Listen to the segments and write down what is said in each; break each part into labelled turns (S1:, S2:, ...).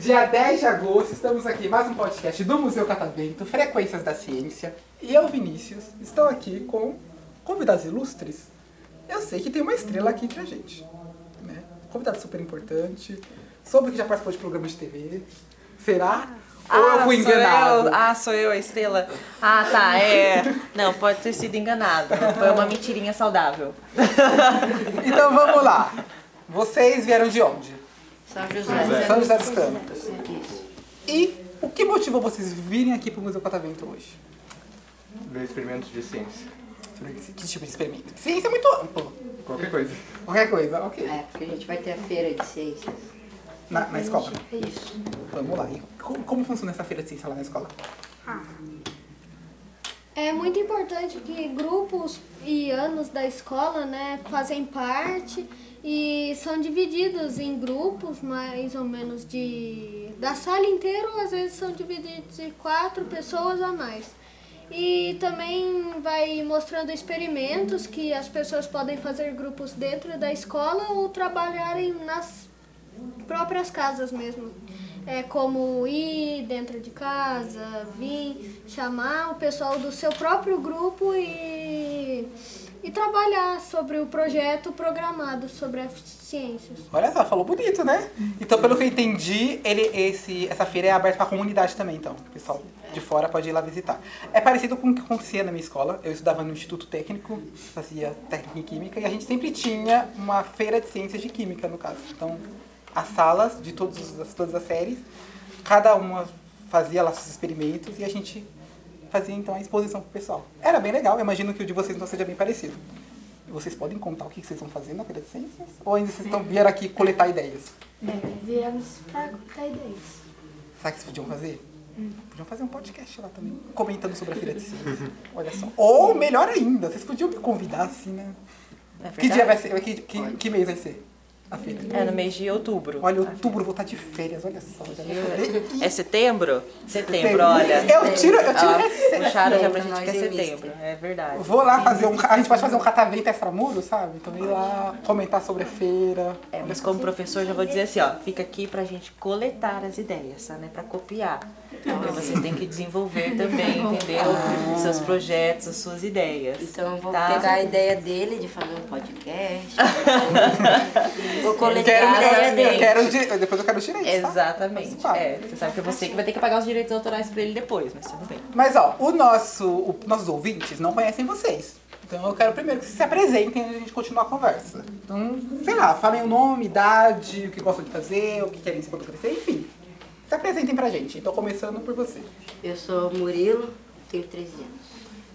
S1: Dia 10 de agosto, estamos aqui em mais um podcast do Museu Catavento, Frequências da Ciência. E eu, Vinícius, estou aqui com convidados ilustres. Eu sei que tem uma estrela aqui entre a gente. Né? Convidado super importante, soube que já participou de programa de TV. Será? Ou eu fui
S2: Ah, sou
S1: enganado?
S2: eu. Ah, sou eu, a estrela. Ah, tá, é. Não, pode ter sido enganado. Foi uma mentirinha saudável.
S1: Então vamos lá. Vocês vieram de onde?
S3: São José.
S1: São José dos Campos. E o que motivou vocês virem aqui para o Museu Catavento hoje?
S4: Ver experimentos de ciência.
S1: Que tipo de experimento? Ciência é muito amplo.
S4: Qualquer coisa.
S1: Qualquer coisa, ok.
S3: É, porque a gente vai ter a feira de ciências.
S1: Na, na escola.
S3: É isso.
S1: Vamos lá. E como, como funciona essa feira de ciência lá na escola?
S5: É muito importante que grupos e anos da escola, né, fazem parte e são divididos em grupos, mais ou menos de da sala inteira, ou às vezes são divididos em quatro pessoas a mais. E também vai mostrando experimentos que as pessoas podem fazer grupos dentro da escola ou trabalharem nas próprias casas mesmo. É como ir dentro de casa, vir chamar o pessoal do seu próprio grupo e, e trabalhar sobre o projeto programado sobre as ciências.
S1: Olha só, falou bonito, né? Então, pelo que eu entendi, ele, esse, essa feira é aberta pra comunidade também, então. O pessoal de fora pode ir lá visitar. É parecido com o que acontecia na minha escola. Eu estudava no Instituto Técnico, fazia técnica em Química, e a gente sempre tinha uma feira de ciências de Química, no caso. Então, as salas de todos, os- todas as séries, cada uma fazia lá seus experimentos e a gente fazia, então, a exposição pro pessoal. Era bem legal, eu imagino que o de vocês não seja bem parecido. Vocês podem contar o que vocês vão fazer na feira de ciências? Ou ainda vocês estão vieram aqui coletar ideias?
S6: É, Viemos para contar ideias. Hum.
S1: Sabe o que vocês podiam fazer? Podiam fazer um podcast lá também, comentando sobre a feira de ciências. Olha só. Ou melhor ainda, vocês podiam me convidar assim, né?
S2: É
S1: Que dia vai ser?
S2: verdade?
S1: Que, que, que mês vai ser? A feira.
S2: É no mês de outubro.
S1: Olha, outubro, vou estar de férias, olha só. Já me acordei.
S2: É setembro? Setembro, olha.
S1: Eu é tiro, eu tiro
S2: Ah,
S1: recesso.
S2: Puxaram já pra
S3: Pra
S2: gente
S3: nós
S2: que é
S3: é mista.
S2: setembro. É verdade.
S1: Vou lá fazer um. A gente pode fazer um catavento extramuro, sabe? Então ir lá comentar sobre a feira.
S2: É, mas como professor, já vou dizer assim, ó, fica aqui pra gente coletar as ideias, tá, né? Pra copiar.
S3: Então,
S2: Porque
S3: assim,
S2: vocês têm que desenvolver também, entendeu? Os Seus projetos, as suas ideias.
S3: Ah. Então eu vou
S2: Tá.
S3: pegar a ideia dele de fazer um podcast. vou
S1: Eu
S3: coletar
S1: quero,
S3: a ideia
S1: eu
S3: dele.
S1: quero, di- depois eu quero os
S2: É
S1: direitos. tá?
S2: Exatamente.
S1: Faz
S2: É, você sabe que é você que vai ter que pagar os direitos autorais pra ele depois, mas tudo bem.
S1: Mas ó, o nosso, o- nossos ouvintes não conhecem vocês. Então eu quero primeiro que vocês se apresentem e a gente continua a conversa. Então, sei lá, falem o nome, idade, o que gostam de fazer, o que querem ser quando crescer, enfim. Se apresentem pra gente. Então começando por você.
S3: Eu sou Murilo, tenho 13 anos.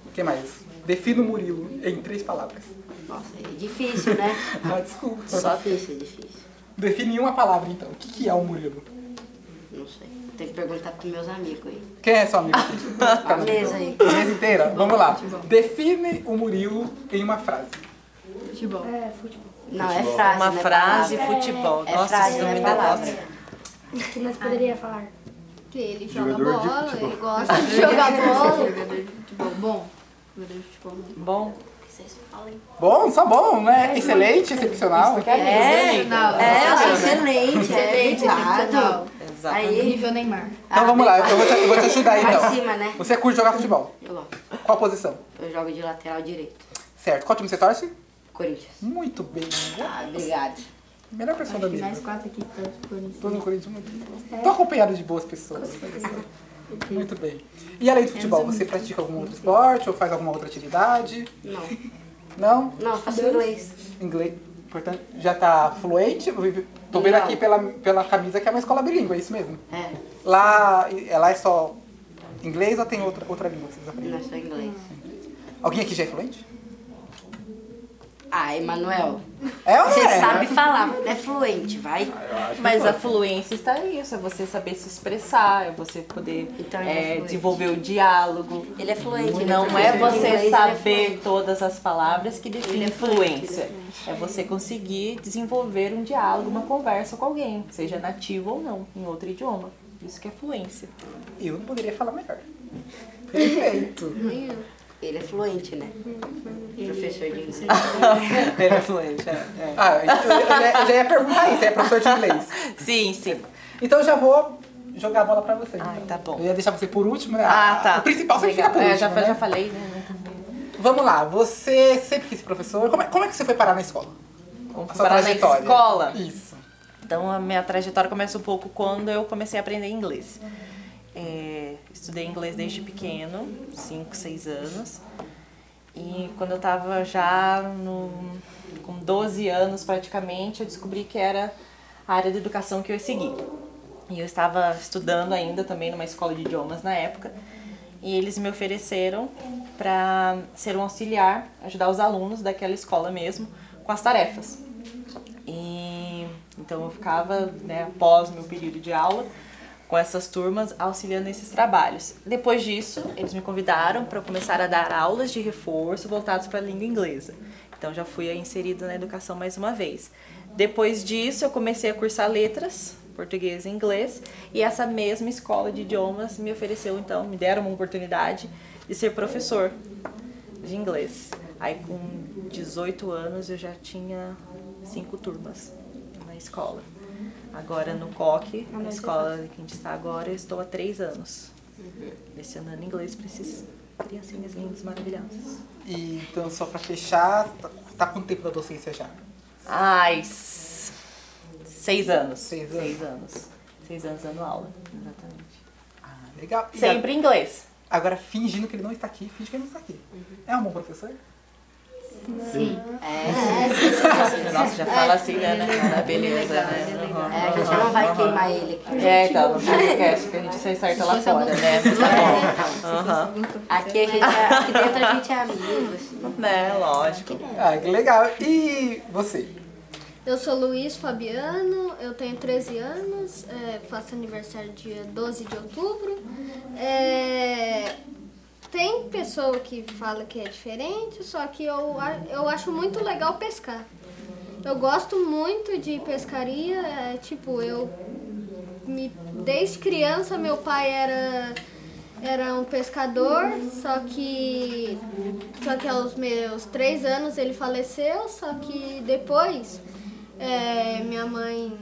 S1: O que mais? Defina o Murilo em três palavras.
S3: Nossa, é difícil, né?
S1: Ah, desculpa.
S3: Só difícil, é difícil.
S1: Define em uma palavra então. O que, que é o Murilo?
S3: Não sei. Tem que perguntar pros meus amigos aí.
S1: Quem é seu amigo? aqui?
S3: A mesa aí.
S1: A mesa inteira? Vamos lá. Define o Murilo em uma frase.
S3: Futebol.
S6: É, futebol.
S3: Não, é frase.
S2: Uma
S3: né,
S2: frase,
S3: palavra.
S2: futebol.
S3: É
S2: Nossa,
S3: frase,
S2: isso
S3: não
S2: me
S3: é
S2: dá
S3: palavra.
S2: nossa.
S6: Que nós poderíamos falar.
S5: Que ele joga
S4: Jogador de
S5: bola,
S4: futebol.
S5: ele gosta de jogar bola.
S2: Bom,
S1: Bom, só bom, né? Excelente, excepcional.
S3: É,
S2: Excepcional.
S3: é, ó, excelente,
S5: Excelente,
S3: excelente,
S5: excepcional.
S2: exatamente.
S3: Aí,
S1: Então vamos lá, eu vou te, eu vou te ajudar
S3: Vai
S1: então.
S3: em cima, né?
S1: Você curte jogar futebol?
S3: Eu gosto.
S1: Qual posição?
S3: Eu jogo de lateral direito.
S1: Certo. Qual time você torce?
S3: Corinthians.
S1: Muito bem.
S3: Ah, obrigado.
S1: Melhor pessoa da vida.
S6: quatro aqui todos por isso.
S1: Tô no Corinthians muito bem. Tô acompanhado de boas pessoas. Muito bem. E além do futebol, você pratica algum outro esporte ou faz alguma outra atividade?
S3: Não,
S1: Não?
S3: não, eu faço inglês.
S1: Inglês. Portanto, já tá fluente? Tô vendo
S3: Não.
S1: aqui pela, pela camisa que é uma escola bilíngue, é isso mesmo?
S3: É,
S1: Lá, é- lá é só inglês ou tem outra, outra língua que vocês aprendem?
S3: não é só inglês.
S1: Alguém aqui já é fluente?
S3: Ah, Emanuel,
S1: É ou não
S3: você
S1: é?
S3: sabe falar, é fluente, vai.
S2: Mas a fluência está nisso, é você saber se expressar, é você poder
S3: Então, ele é
S2: é,
S3: fluente.
S2: desenvolver o diálogo.
S3: Ele é fluente. ele
S2: Não é
S3: professor de inglês, ele
S2: você
S3: é
S2: saber
S3: fluente.
S2: todas as palavras que definem
S3: Ele é fluente,
S2: fluência.
S3: ele
S2: É você conseguir desenvolver um diálogo, uma conversa com alguém, seja nativo ou não, em outro idioma. Isso que é fluência.
S1: Eu não poderia falar melhor. Perfeito.
S3: Ele é fluente, né? Professor de inglês.
S2: Ele é fluente, é, é.
S1: Ah, eu, eu- eu já- eu já ia perguntar isso, é professor de inglês.
S2: Sim, sim.
S1: Então eu já vou jogar a bola pra você.
S2: Ah,
S1: então.
S2: tá bom.
S1: Eu ia deixar você por último, né?
S2: Ah, tá.
S1: O principal sempre fica por
S2: Legal. É,
S1: último,
S2: já,
S1: né?
S2: já falei, né?
S1: Vamos lá, você sempre quis ser professor. Como é, como é que você foi parar na escola?
S2: Vamos
S1: sua
S2: parar na
S1: trajetória.
S2: escola.
S1: Isso.
S2: Então a minha trajetória começa um pouco quando eu comecei a aprender inglês. É, estudei inglês desde pequeno, 5, 6 anos. E quando eu estava já no- com 12 anos praticamente, eu descobri que era a área de educação que eu ia seguir. E eu estava estudando ainda também numa escola de idiomas na época. E eles me ofereceram para ser um auxiliar, ajudar os alunos daquela escola mesmo com as tarefas. E então eu ficava, né, após meu período de aula, com essas turmas auxiliando nesses trabalhos. Depois disso, eles me convidaram para começar a dar aulas de reforço voltadas para a língua inglesa. Então já fui aí inserida na educação mais uma vez. Depois disso, eu comecei a cursar letras, português e inglês, e essa mesma escola de idiomas me ofereceu então, me deram uma oportunidade de ser professor de inglês. Aí com 18 anos eu já tinha cinco turmas na escola. Agora no COC, na escola que a gente está agora, eu estou há três anos. Lecionando inglês para esses criancinhas lindas, maravilhosas.
S1: E, então, só pra fechar, tá, tá com o tempo da docência já?
S2: Ai, s- seis anos.
S1: Seis
S2: Seis anos. Seis anos dando aula, exatamente.
S1: Ah, legal. E
S2: Sempre em inglês.
S1: a- agora, fingindo que ele não está aqui, finge que ele não está aqui. É um bom professor?
S3: Sim. é,
S2: Nossa, já fala assim, né? né? Beleza, né?
S3: É, a gente não vai queimar ele aqui.
S2: É, então, não esquece que a gente se acerta lá fora, né?
S3: É.
S2: Tá bom.
S3: Aqui, a gente é, aqui dentro a gente é amigo. assim.
S2: Uhum. Né, lógico.
S1: Ah, que legal. E você?
S5: Eu sou Luiz Fabiano, eu tenho 13 anos, é, faço aniversário dia 12 de outubro. É, tem pessoa que fala que é diferente, só que eu, a- eu acho muito legal pescar. Eu gosto muito de pescaria, é, tipo, eu me- desde criança meu pai era era um pescador, só que só que aos meus três anos ele faleceu, só que depois é, minha mãe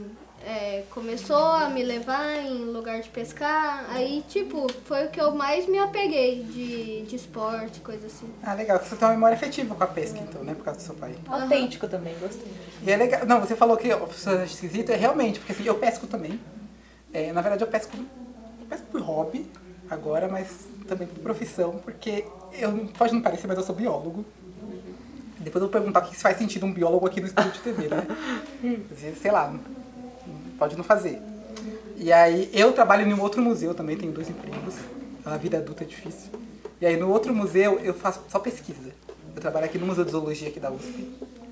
S5: é, começou a me levar em lugar de pescar, aí tipo foi o que eu mais me apeguei de, de esporte, coisa assim.
S1: Ah, legal, que você tem uma memória afetiva com a pesca, então, né? Por causa do seu pai.
S2: Autêntico também, gostei.
S1: E é legal. Não, você falou que o professor é esquisito, é realmente, porque assim, eu pesco também. É, na verdade, eu pesco, eu pesco por hobby agora, mas também por profissão, porque eu pode não parecer, mas eu sou biólogo. Depois eu vou perguntar o que se faz sentido um biólogo aqui no estúdio de TV, né? Às vezes, Sei lá, pode não fazer. E aí, eu trabalho em um outro museu também, tenho dois empregos. A vida adulta é difícil. E aí, no outro museu, eu faço só pesquisa. Eu trabalho aqui no Museu de Zoologia aqui da USP.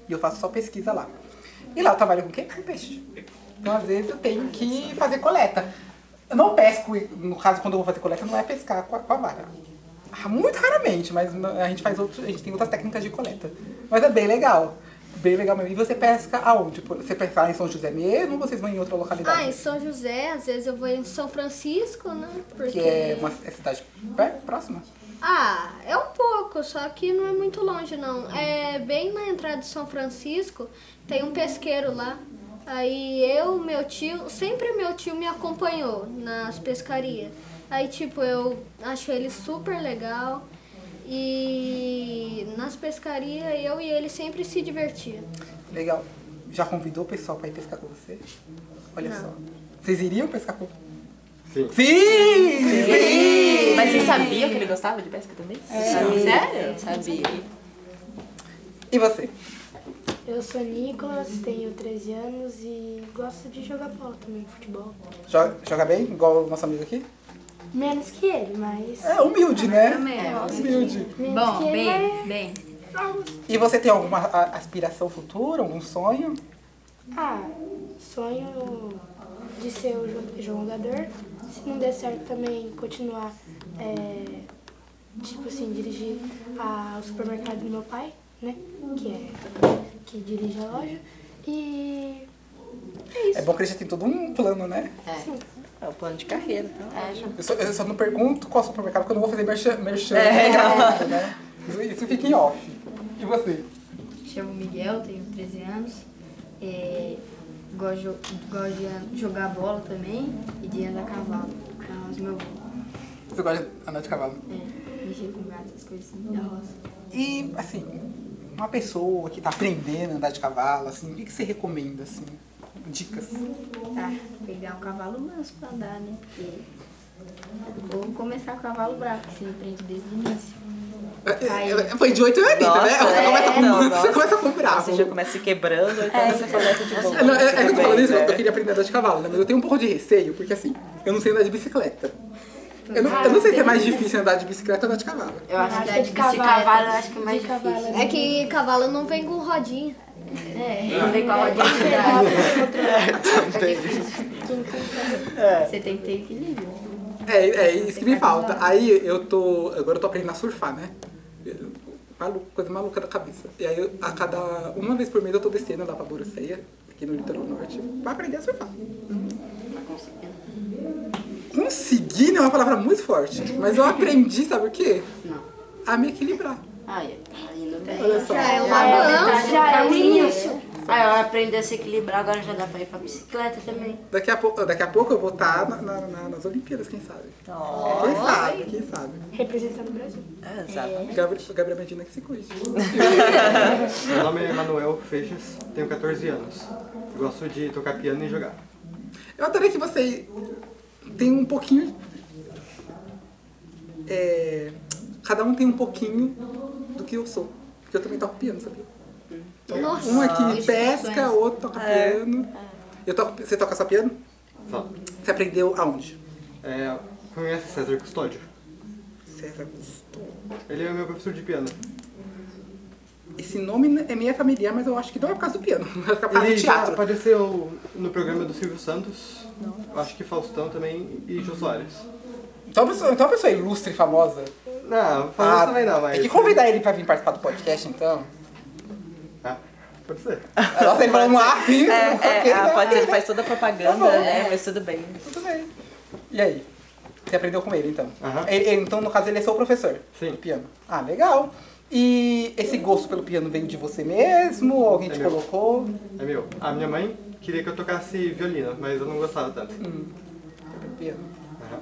S1: E eu faço só pesquisa lá. E lá eu trabalho com o quê? Com peixe. Então, às vezes, eu tenho que fazer coleta. Eu não pesco, e, no caso, quando eu vou fazer coleta, não é pescar com a, com a vara. Ah, Muito raramente, mas não- a gente faz outro, a gente tem outras técnicas de coleta. Mas é bem legal. Bem legal mesmo. E você pesca aonde? Por- Você pesca lá em São José mesmo ou vocês vão em outra localidade?
S5: Ah, em São José, às vezes eu vou em São Francisco, né?
S1: Que
S5: Porque
S1: é uma é cidade pé- próxima?
S5: Ah, é um pouco, só que não é muito longe não. É bem na entrada de São Francisco, tem um pesqueiro lá. Aí eu, meu tio, sempre meu tio me acompanhou nas pescarias. Aí tipo, eu acho ele super legal. E nas pescarias eu e ele sempre se divertia.
S1: Legal. Já convidou o pessoal pra ir pescar com você? Olha só. Vocês iriam pescar com
S4: Sim.
S1: Sim! Sim!
S2: Mas você sabia que ele gostava de pesca também?
S1: É.
S3: É.
S2: Sério?
S3: Sabia.
S1: E você?
S6: Eu sou Nicolas, tenho 13 anos e gosto de jogar bola também, futebol.
S1: Joga, joga bem, igual o nosso amigo aqui?
S6: Menos que ele, mas. é.
S1: É humilde, né?
S7: Mesmo.
S1: Humilde.
S6: Menos que
S7: Bom,
S6: ele,
S7: bem,
S6: mas-
S7: bem.
S1: E você tem alguma a- aspiração futura, algum sonho?
S6: Ah, sonho de ser o jo- jogador. Se não der certo também continuar, é, tipo assim, dirigir a- o supermercado do meu pai, né? Que é que dirige a loja. E
S1: É bom que ele já tem todo um plano, né?
S3: É.
S2: É o plano de carreira. Então.
S3: É, já-
S1: Eu só, eu só não pergunto qual supermercado, porque eu não vou fazer merchan. merchan
S2: É.
S1: gravado, né? Isso, isso fica em off. E você?
S7: Chamo Miguel, tenho 13 anos. É, gosto, de jo- gosto de an- jogar bola também e de andar a cavalo. Cavalo de meu avô.
S1: Você gosta de andar de cavalo?
S7: É, mexer com gato, essas coisas assim, da roça.
S1: E, assim, uma pessoa que tá aprendendo a andar de cavalo, assim, o que, que você recomenda, assim? Dicas.
S7: Tá, pegar um cavalo manso pra andar, né? Porque... Ou começar com cavalo bravo, que você aprende desde o início. Ai.
S1: É, Foi de 8 a 80, né?
S2: Nossa,
S1: Você,
S2: é,
S1: começa com,
S2: não,
S1: você
S2: nossa.
S1: começa com bravo.
S2: Você já começa se quebrando, então você começa de boa.
S1: Ah, É, não, é, é que eu tô falando isso, eu, eu
S2: É.
S1: queria aprender a andar de cavalo, né? Mas eu tenho um pouco de receio, porque assim, eu não sei andar de bicicleta. Eu não, eu não sei se é mais difícil andar de bicicleta ou andar de cavalo.
S3: Eu acho que
S6: que é
S3: de
S6: de
S3: cavalo eu acho que é mais
S6: De cavalo,
S3: difícil.
S5: É que cavalo não vem com rodinha.
S3: Não vem com a dificuldade.
S7: Você tem que ter equilíbrio.
S1: É, é isso que me falta. Aí eu tô. Agora eu tô aprendendo a surfar, né? Eu- maluco, coisa maluca da cabeça. E aí eu- a cada. Uma vez por mês eu tô descendo lá pra Boruceia, aqui no litoral norte, pra aprender a surfar.
S3: tá
S1: Conseguir não é uma palavra muito forte, mas eu aprendi, sabe o quê?
S3: Não.
S1: A me equilibrar.
S3: Ai, ainda bem.
S1: Olha só.
S5: Já é
S6: Ah,
S5: uma
S3: Já é a
S5: avanço.
S6: tá,
S3: metade do caminho. Aí eu aprendi a se equilibrar, agora já dá pra ir pra bicicleta também.
S1: Daqui a, pouco, daqui a pouco eu vou estar na- na- na- nas Olimpíadas, quem sabe?
S2: né? Ó,
S1: Quem sabe, quem sabe?
S6: Representando o Brasil.
S2: é, exato.
S1: Gabriel, Gabriel Medina que se cuide.
S4: Meu nome é Manuel Feixas, tenho 14 anos. Gosto de tocar piano e jogar.
S1: Eu adorei que você tem um pouquinho. É, cada um tem um pouquinho do que eu sou. Porque eu também toco piano, sabia?
S5: Nossa.
S1: Um aqui pesca, outro toca piano. Eu toco, você toca só piano?
S4: Só.
S1: Você aprendeu aonde?
S4: É, conhece César Custódio?
S1: César Custódio.
S4: Ele é meu professor de piano.
S1: Esse nome é minha familiar, mas eu acho que não é por causa do piano. É por causa
S4: Ele
S1: do
S4: já
S1: teatro.
S4: apareceu no programa do Silvio Santos, acho que Faustão também e Jô Soares.
S1: Então, a pessoa, então a pessoa ilustre e famosa.
S4: Não, Faustão também não, mas...
S1: Tem Ah, é que convidar ele pra vir participar do podcast, então.
S4: Ah, pode ser.
S1: Nossa, ele falou um ar, assim.
S2: É,
S1: ok,
S2: é, ah,
S1: né?
S2: pode ser, ele faz toda a
S1: Tá
S2: propaganda,
S1: bom.
S2: né? Mas tudo bem.
S1: Tudo bem. E aí? Você aprendeu com ele, então?
S4: Aham.
S1: Ele- ele- então, no caso, ele é seu professor
S4: Sim.
S1: de piano. Ah, legal. E esse gosto pelo piano veio de você mesmo? Ou alguém
S4: É
S1: te
S4: meu.
S1: colocou?
S4: É meu. A minha mãe queria que eu tocasse violino, mas eu não gostava tanto.
S1: Hum. Piano.
S4: Aham.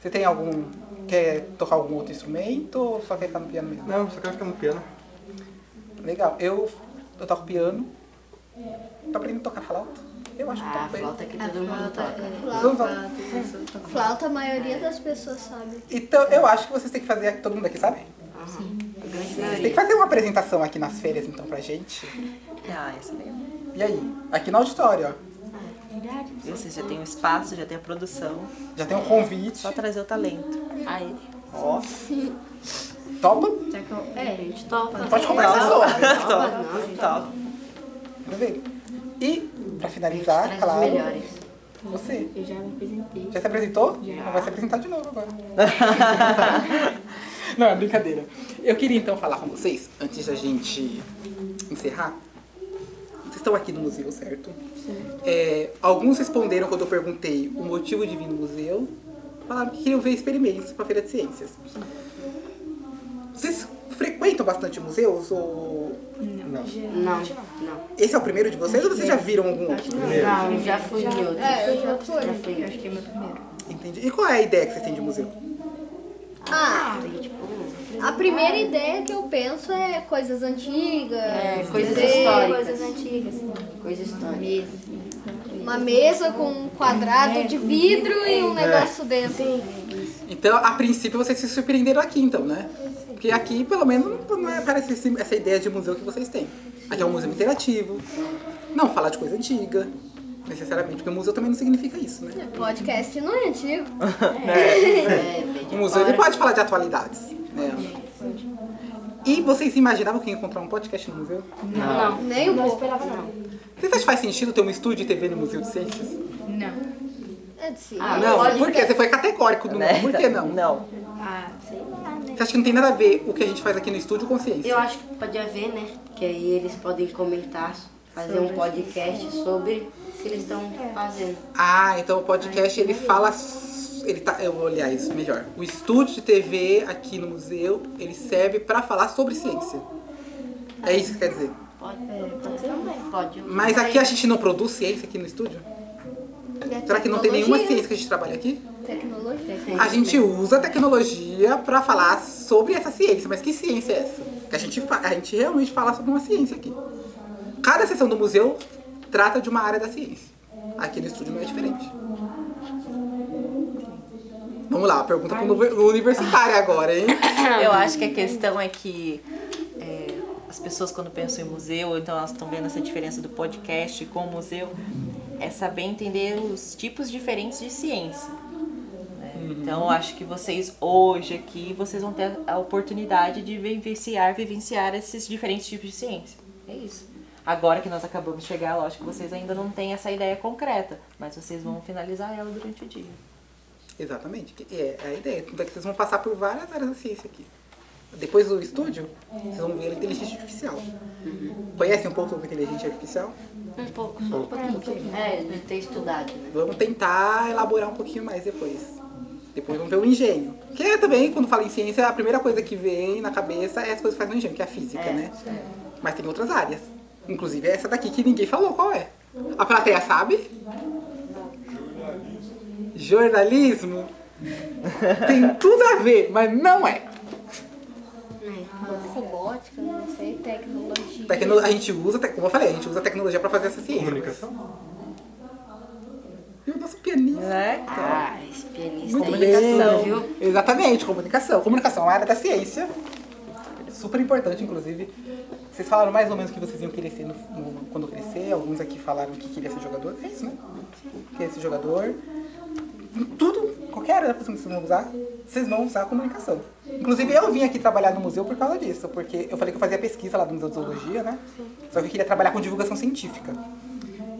S1: Você tem algum... Quer tocar algum outro instrumento ou só quer ficar no piano mesmo?
S4: Não, só quero ficar no piano.
S1: Legal. Eu, eu toco piano. Tô aprendendo a tocar flauta. Eu acho que
S3: Ah,
S1: toco
S3: a
S1: Tá bem.
S3: flauta que todo mundo
S5: é,
S3: toca.
S1: Vamos
S5: Flauta,
S1: lá.
S5: flauta a maioria das pessoas sabe.
S1: Então, eu acho que vocês têm que fazer... Todo mundo aqui sabe?
S3: A grande
S1: Vocês têm
S3: maioria.
S1: que fazer uma apresentação aqui nas férias, então, pra gente.
S2: Ah, isso mesmo.
S1: E aí? Aqui no auditório, ó.
S2: Você já tem o espaço, já tem a produção.
S1: Já tem um convite.
S2: Só trazer o talento.
S3: Aí,
S1: Ó. Topa?
S7: Já que eu,
S3: a
S7: é,
S3: gente topa.
S1: Pode conversar sobre.
S3: Topa, não.
S2: Top.
S1: Tudo bem. E, pra
S3: Traz
S1: finalizar,
S3: os
S1: claro,
S3: melhores.
S1: você.
S7: eu já me apresentei.
S1: Já se apresentou? Não vai se apresentar de novo agora. Não, é brincadeira. Eu queria então falar com vocês, antes da gente encerrar. Vocês estão aqui no museu, certo? É, alguns responderam quando eu perguntei o motivo de vir no museu. Falaram que queriam ver experimentos para a Feira de Ciências. Vocês frequentam bastante museus? Ou...
S4: Não.
S3: Não, não.
S1: Esse é o primeiro de vocês ou vocês já viram algum outro?
S4: Primeiro.
S3: Não, já fui em outro.
S5: É, eu já fui.
S3: Já fui em
S7: Eu
S3: outro.
S7: acho que é meu primeiro.
S1: Entendi. E qual é a ideia que vocês têm de museu?
S5: Ah,
S3: Tem, tipo,
S5: a primeira ideia que eu penso é coisas antigas.
S3: é, coisas
S5: desenho,
S3: históricas.
S7: Coisas antigas, assim,
S3: Coisa histórica.
S7: mesas.
S5: Uma mesa com um quadrado de vidro e um
S1: É.
S5: negócio dentro.
S1: Então, a princípio, vocês se surpreenderam aqui, então, né? Porque aqui, pelo menos, não, não é, parece esse- essa ideia de museu que vocês têm. Aqui é um museu interativo, não falar de coisa antiga, necessariamente, porque o museu também não significa isso, né?
S5: Podcast não é antigo.
S3: É, bem
S1: O
S3: de
S1: museu ele
S3: fora.
S1: pode falar de atualidades, né? E vocês imaginavam que ia encontrar um podcast no museu? Ah.
S3: Não,
S5: Nem um
S6: Não
S5: pouco.
S6: esperava não.
S1: Vocês acham que faz sentido ter um estúdio de TV no Museu de Ciências?
S7: Não.
S5: É de si.
S3: Ah,
S1: Não,
S3: pode
S1: por quê?
S3: ser.
S1: Você foi categórico no
S2: Né?
S1: não. Por que não?
S2: Não.
S7: Ah, sei lá, né?
S1: Você acha que não tem nada a ver o que a gente faz aqui no estúdio com ciência?
S3: Eu acho que pode haver, né? Que aí eles podem comentar, fazer um podcast sobre
S7: que eles estão fazendo.
S1: Ah, então o podcast ele fala. s- Ele tá, eu, aliás, melhor. O estúdio de TV aqui no museu ele serve pra falar sobre ciência. É isso que quer dizer.
S3: Pode,
S6: Pode ser também.
S3: pode.
S1: Mas aqui a gente não produz ciência aqui no estúdio? Será que não tem nenhuma ciência que a gente trabalha aqui?
S5: Tecnologia.
S1: A gente usa a tecnologia pra falar sobre essa ciência, mas que ciência é essa? Que a gente, fa- a gente realmente fala sobre uma ciência aqui. Cada seção do museu trata de uma área da ciência. Aqui no estúdio não é diferente. Vamos lá, pergunta para o universitário agora, hein?
S2: Eu acho que a questão é que é, as pessoas quando pensam em museu, então elas estão vendo essa diferença do podcast com o museu, é saber entender os tipos diferentes de ciência. né? Então eu acho que vocês hoje aqui, vocês vão ter a oportunidade de vivenciar, vivenciar esses diferentes tipos de ciência. É isso. Agora que nós acabamos de chegar, lógico que vocês ainda não têm essa ideia concreta, mas vocês vão finalizar ela durante o dia.
S1: Exatamente, que é a ideia. Tanto é que vocês vão passar por várias áreas da ciência aqui. Depois do estúdio, vocês vão ver a inteligência artificial. Conhecem um pouco sobre inteligência artificial?
S3: Um pouco, só um pouquinho. É, de ter estudado, né?
S1: Vamos tentar elaborar um pouquinho mais depois. Depois vamos ver o engenho. Que é também, quando fala em ciência, a primeira coisa que vem na cabeça é as coisas que faz no engenho, que é a física,
S3: É,
S1: né? Mas tem outras áreas. Inclusive é essa daqui que ninguém falou qual é. A plateia sabe? Jornalismo? tem tudo a ver, mas não é.
S5: Robótica, não sei, tecnologia.
S1: Tecno- A gente usa, te- como eu falei, a gente usa a tecnologia pra fazer essa ciência.
S4: Comunicação?
S1: E o nosso pianista.
S2: Né?
S3: Ah, esse pianista
S1: Muito
S3: aí,
S1: bem.
S3: viu?
S1: Exatamente, comunicação. Comunicação é uma área da ciência. Super importante, inclusive. Vocês falaram mais ou menos o que vocês iam querer ser no- no- quando crescer. Alguns aqui falaram que queria ser jogador. É isso, né? Queria ser jogador. Em Tudo, qualquer área da profissão que vocês vão usar, vocês vão usar a comunicação. Inclusive, eu vim aqui trabalhar no museu por causa disso. Porque eu falei que eu fazia pesquisa lá no Museu de Zoologia, né? Só que eu queria trabalhar com divulgação científica.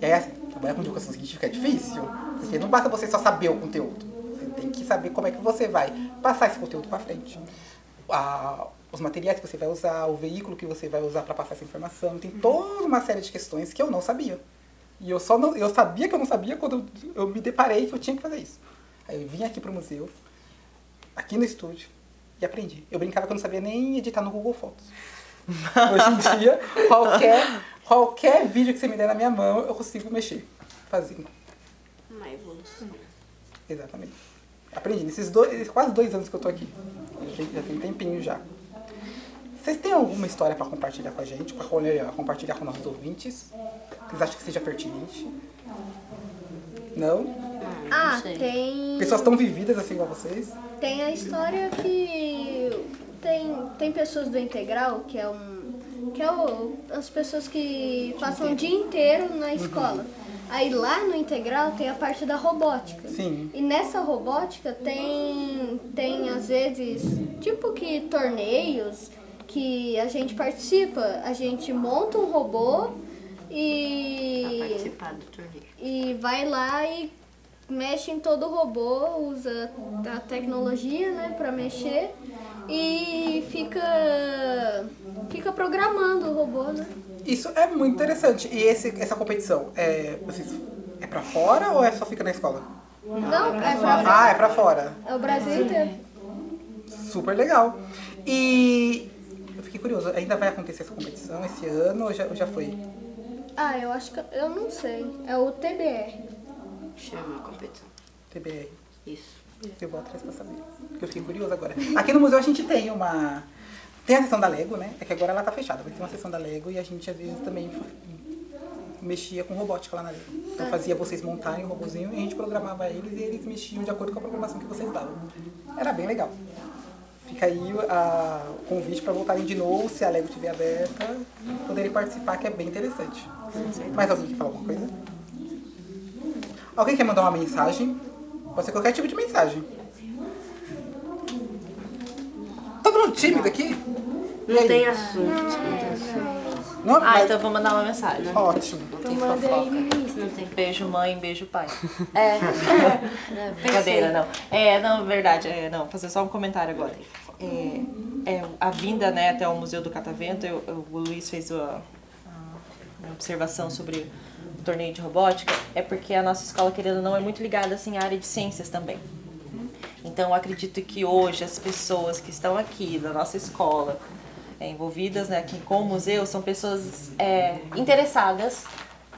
S1: E aí, assim, trabalhar com divulgação científica é difícil, porque não basta você só saber o conteúdo. Você tem que saber como é que você vai passar esse conteúdo para frente. Ah, os materiais que você vai usar, o veículo que você vai usar para passar essa informação. Tem toda uma série de questões que eu não sabia. E eu só não, eu sabia que eu não sabia quando eu, eu me deparei que eu tinha que fazer isso. Aí eu vim aqui pro museu, aqui no estúdio, e aprendi. Eu brincava que eu não sabia nem editar no Google Fotos. Hoje em dia, qualquer, qualquer vídeo que você me der na minha mão, eu consigo mexer. Fazendo.
S3: Uma evolução.
S1: Exatamente. Aprendi nesses dois, esses quase dois anos que eu tô aqui. Já tem- já tem um tempinho já. Vocês têm alguma história para compartilhar com a gente? Para compartilhar com nossos ouvintes? Vocês acham que seja pertinente? Não?
S5: Ah,
S3: sei.
S5: tem.
S1: Pessoas tão vividas assim igual vocês?
S5: Tem a história que tem, tem pessoas do integral, que é um que é o, as pessoas que passam o dia inteiro na escola. Aí lá no integral tem a parte da robótica.
S1: Sim.
S5: E nessa robótica tem tem às vezes tipo que torneios que a gente participa, a gente monta um robô
S3: Pra
S5: e
S3: participar do torneio.
S5: e vai lá e mexe em todo o robô, usa a tecnologia, né, para mexer e fica fica programando o robô, né?
S1: Isso é muito interessante. E esse, essa competição, é, vocês, é pra fora ou é só fica na escola?
S5: Não, é pra,
S1: Ah, é pra fora.
S5: é o Brasil inteiro.
S1: Super legal. E eu fiquei curioso, ainda vai acontecer essa competição esse ano ou já, ou já foi?
S5: Ah, eu acho que eu não sei. É o TBR.
S3: Chama a competição.
S1: TBR.
S3: Isso.
S1: Eu vou atrás pra saber. Porque eu fiquei curioso agora. Aqui no museu a gente tem uma. Tem a sessão da Lego, né? É que agora ela tá fechada, mas tem uma sessão da Lego e a gente às vezes também mexia com robótica lá na Lego.
S3: É.
S1: Então fazia vocês montarem o robozinho e a gente programava eles e eles mexiam de acordo com a programação que vocês davam. Era bem legal. Fica aí a- o convite para voltarem de novo, se a Lego estiver aberta, poderem participar, que é bem interessante. Mais alguém quer falar alguma coisa? Alguém quer mandar uma mensagem? Pode ser qualquer tipo de mensagem. Tá Todo mundo tímido aqui? E
S3: Não
S1: aí?
S3: tem assunto,
S7: Ah,
S3: não
S7: é.
S3: tem assunto.
S1: Não,
S2: Ah,
S1: mas-
S2: então eu vou mandar uma mensagem.
S1: Ótimo.
S3: Não tem
S6: Manda aí,
S3: fofoca.
S6: ministro.
S3: Não tem
S2: Beijo mãe, beijo pai.
S3: É,
S2: Brincadeira, não. É, não, verdade, é, não, fazer só um comentário agora. É, é, a vinda, né, até o Museu do Catavento, eu- eu- o Luiz fez a, a minha observação sobre torneio de robótica é porque a nossa escola, querendo ou não, é muito ligada assim, à área de ciências também. Então, eu acredito que hoje as pessoas que estão aqui da nossa escola, é, envolvidas né, aqui com o museu, são pessoas é, interessadas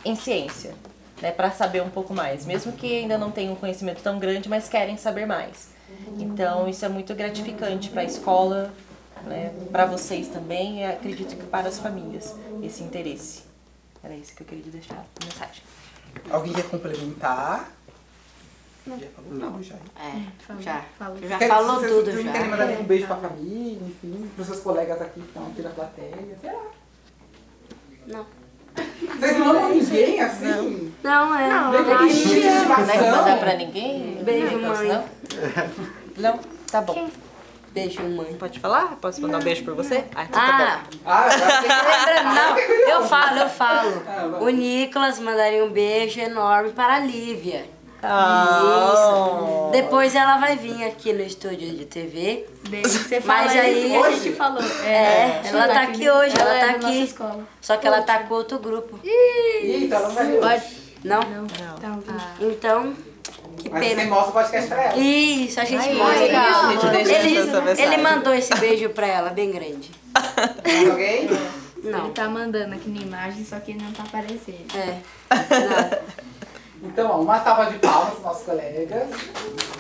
S2: em ciência, né, para saber um pouco mais, mesmo que ainda não tenham um conhecimento tão grande, mas querem saber mais. Então, isso é muito gratificante para a escola, né, para vocês também e acredito que para as famílias, esse interesse. Era isso que eu queria deixar a mensagem.
S1: Alguém quer complementar?
S3: Não.
S1: Já falou tudo já.
S3: É, já.
S7: Falou.
S3: Já
S1: Quer-
S3: falou
S1: vocês-
S3: tudo
S1: vocês
S3: já. É.
S1: não querem mandar nenhum um beijo pra família, enfim, pros seus colegas aqui que estão aqui na plateia, sei lá.
S6: Não.
S1: Vocês não mandam ninguém assim?
S6: Não, é.
S1: Não. que bichinho de
S3: Não vai
S2: é
S3: mandar
S1: estimação.
S3: pra ninguém?
S2: Beijo, mãe. Não? não? Tá bom.
S3: Beijo, mãe.
S2: Pode falar? Posso mandar um beijo pra você? Ah, então tá
S3: Ah,
S2: bom.
S1: Ah, já sei.
S3: lembra? Não, eu falo, eu
S1: Ah, vai.
S3: falo. O Nicolas mandaria um beijo enorme para a Lívia.
S2: Ah.
S3: Isso. Depois ela vai vir aqui no estúdio de TV.
S7: Beijo. Você
S3: Mas aí-
S7: isso, a gente falou.
S3: É, ela tá aqui hoje, ela tá
S7: é da
S3: aqui.
S7: Nossa escola.
S3: Só que ela tá com outro grupo.
S1: Ih, então ela não vai ver hoje.
S3: Pode? Não?
S2: Tá
S3: Então, que
S1: Mas você
S3: pena.
S1: mostra o podcast pra ela.
S3: Isso, a gente
S2: é
S3: mostra.
S2: isso, a gente deixa
S3: ele,
S2: essa mensagem.
S3: ele mandou esse beijo pra ela, bem grande.
S1: Mais alguém?
S3: Não.
S7: Ele tá mandando aqui na imagem, só que não tá aparecendo.
S3: É. Não.
S1: Então, ó, uma salva de palmas pros nossos colegas.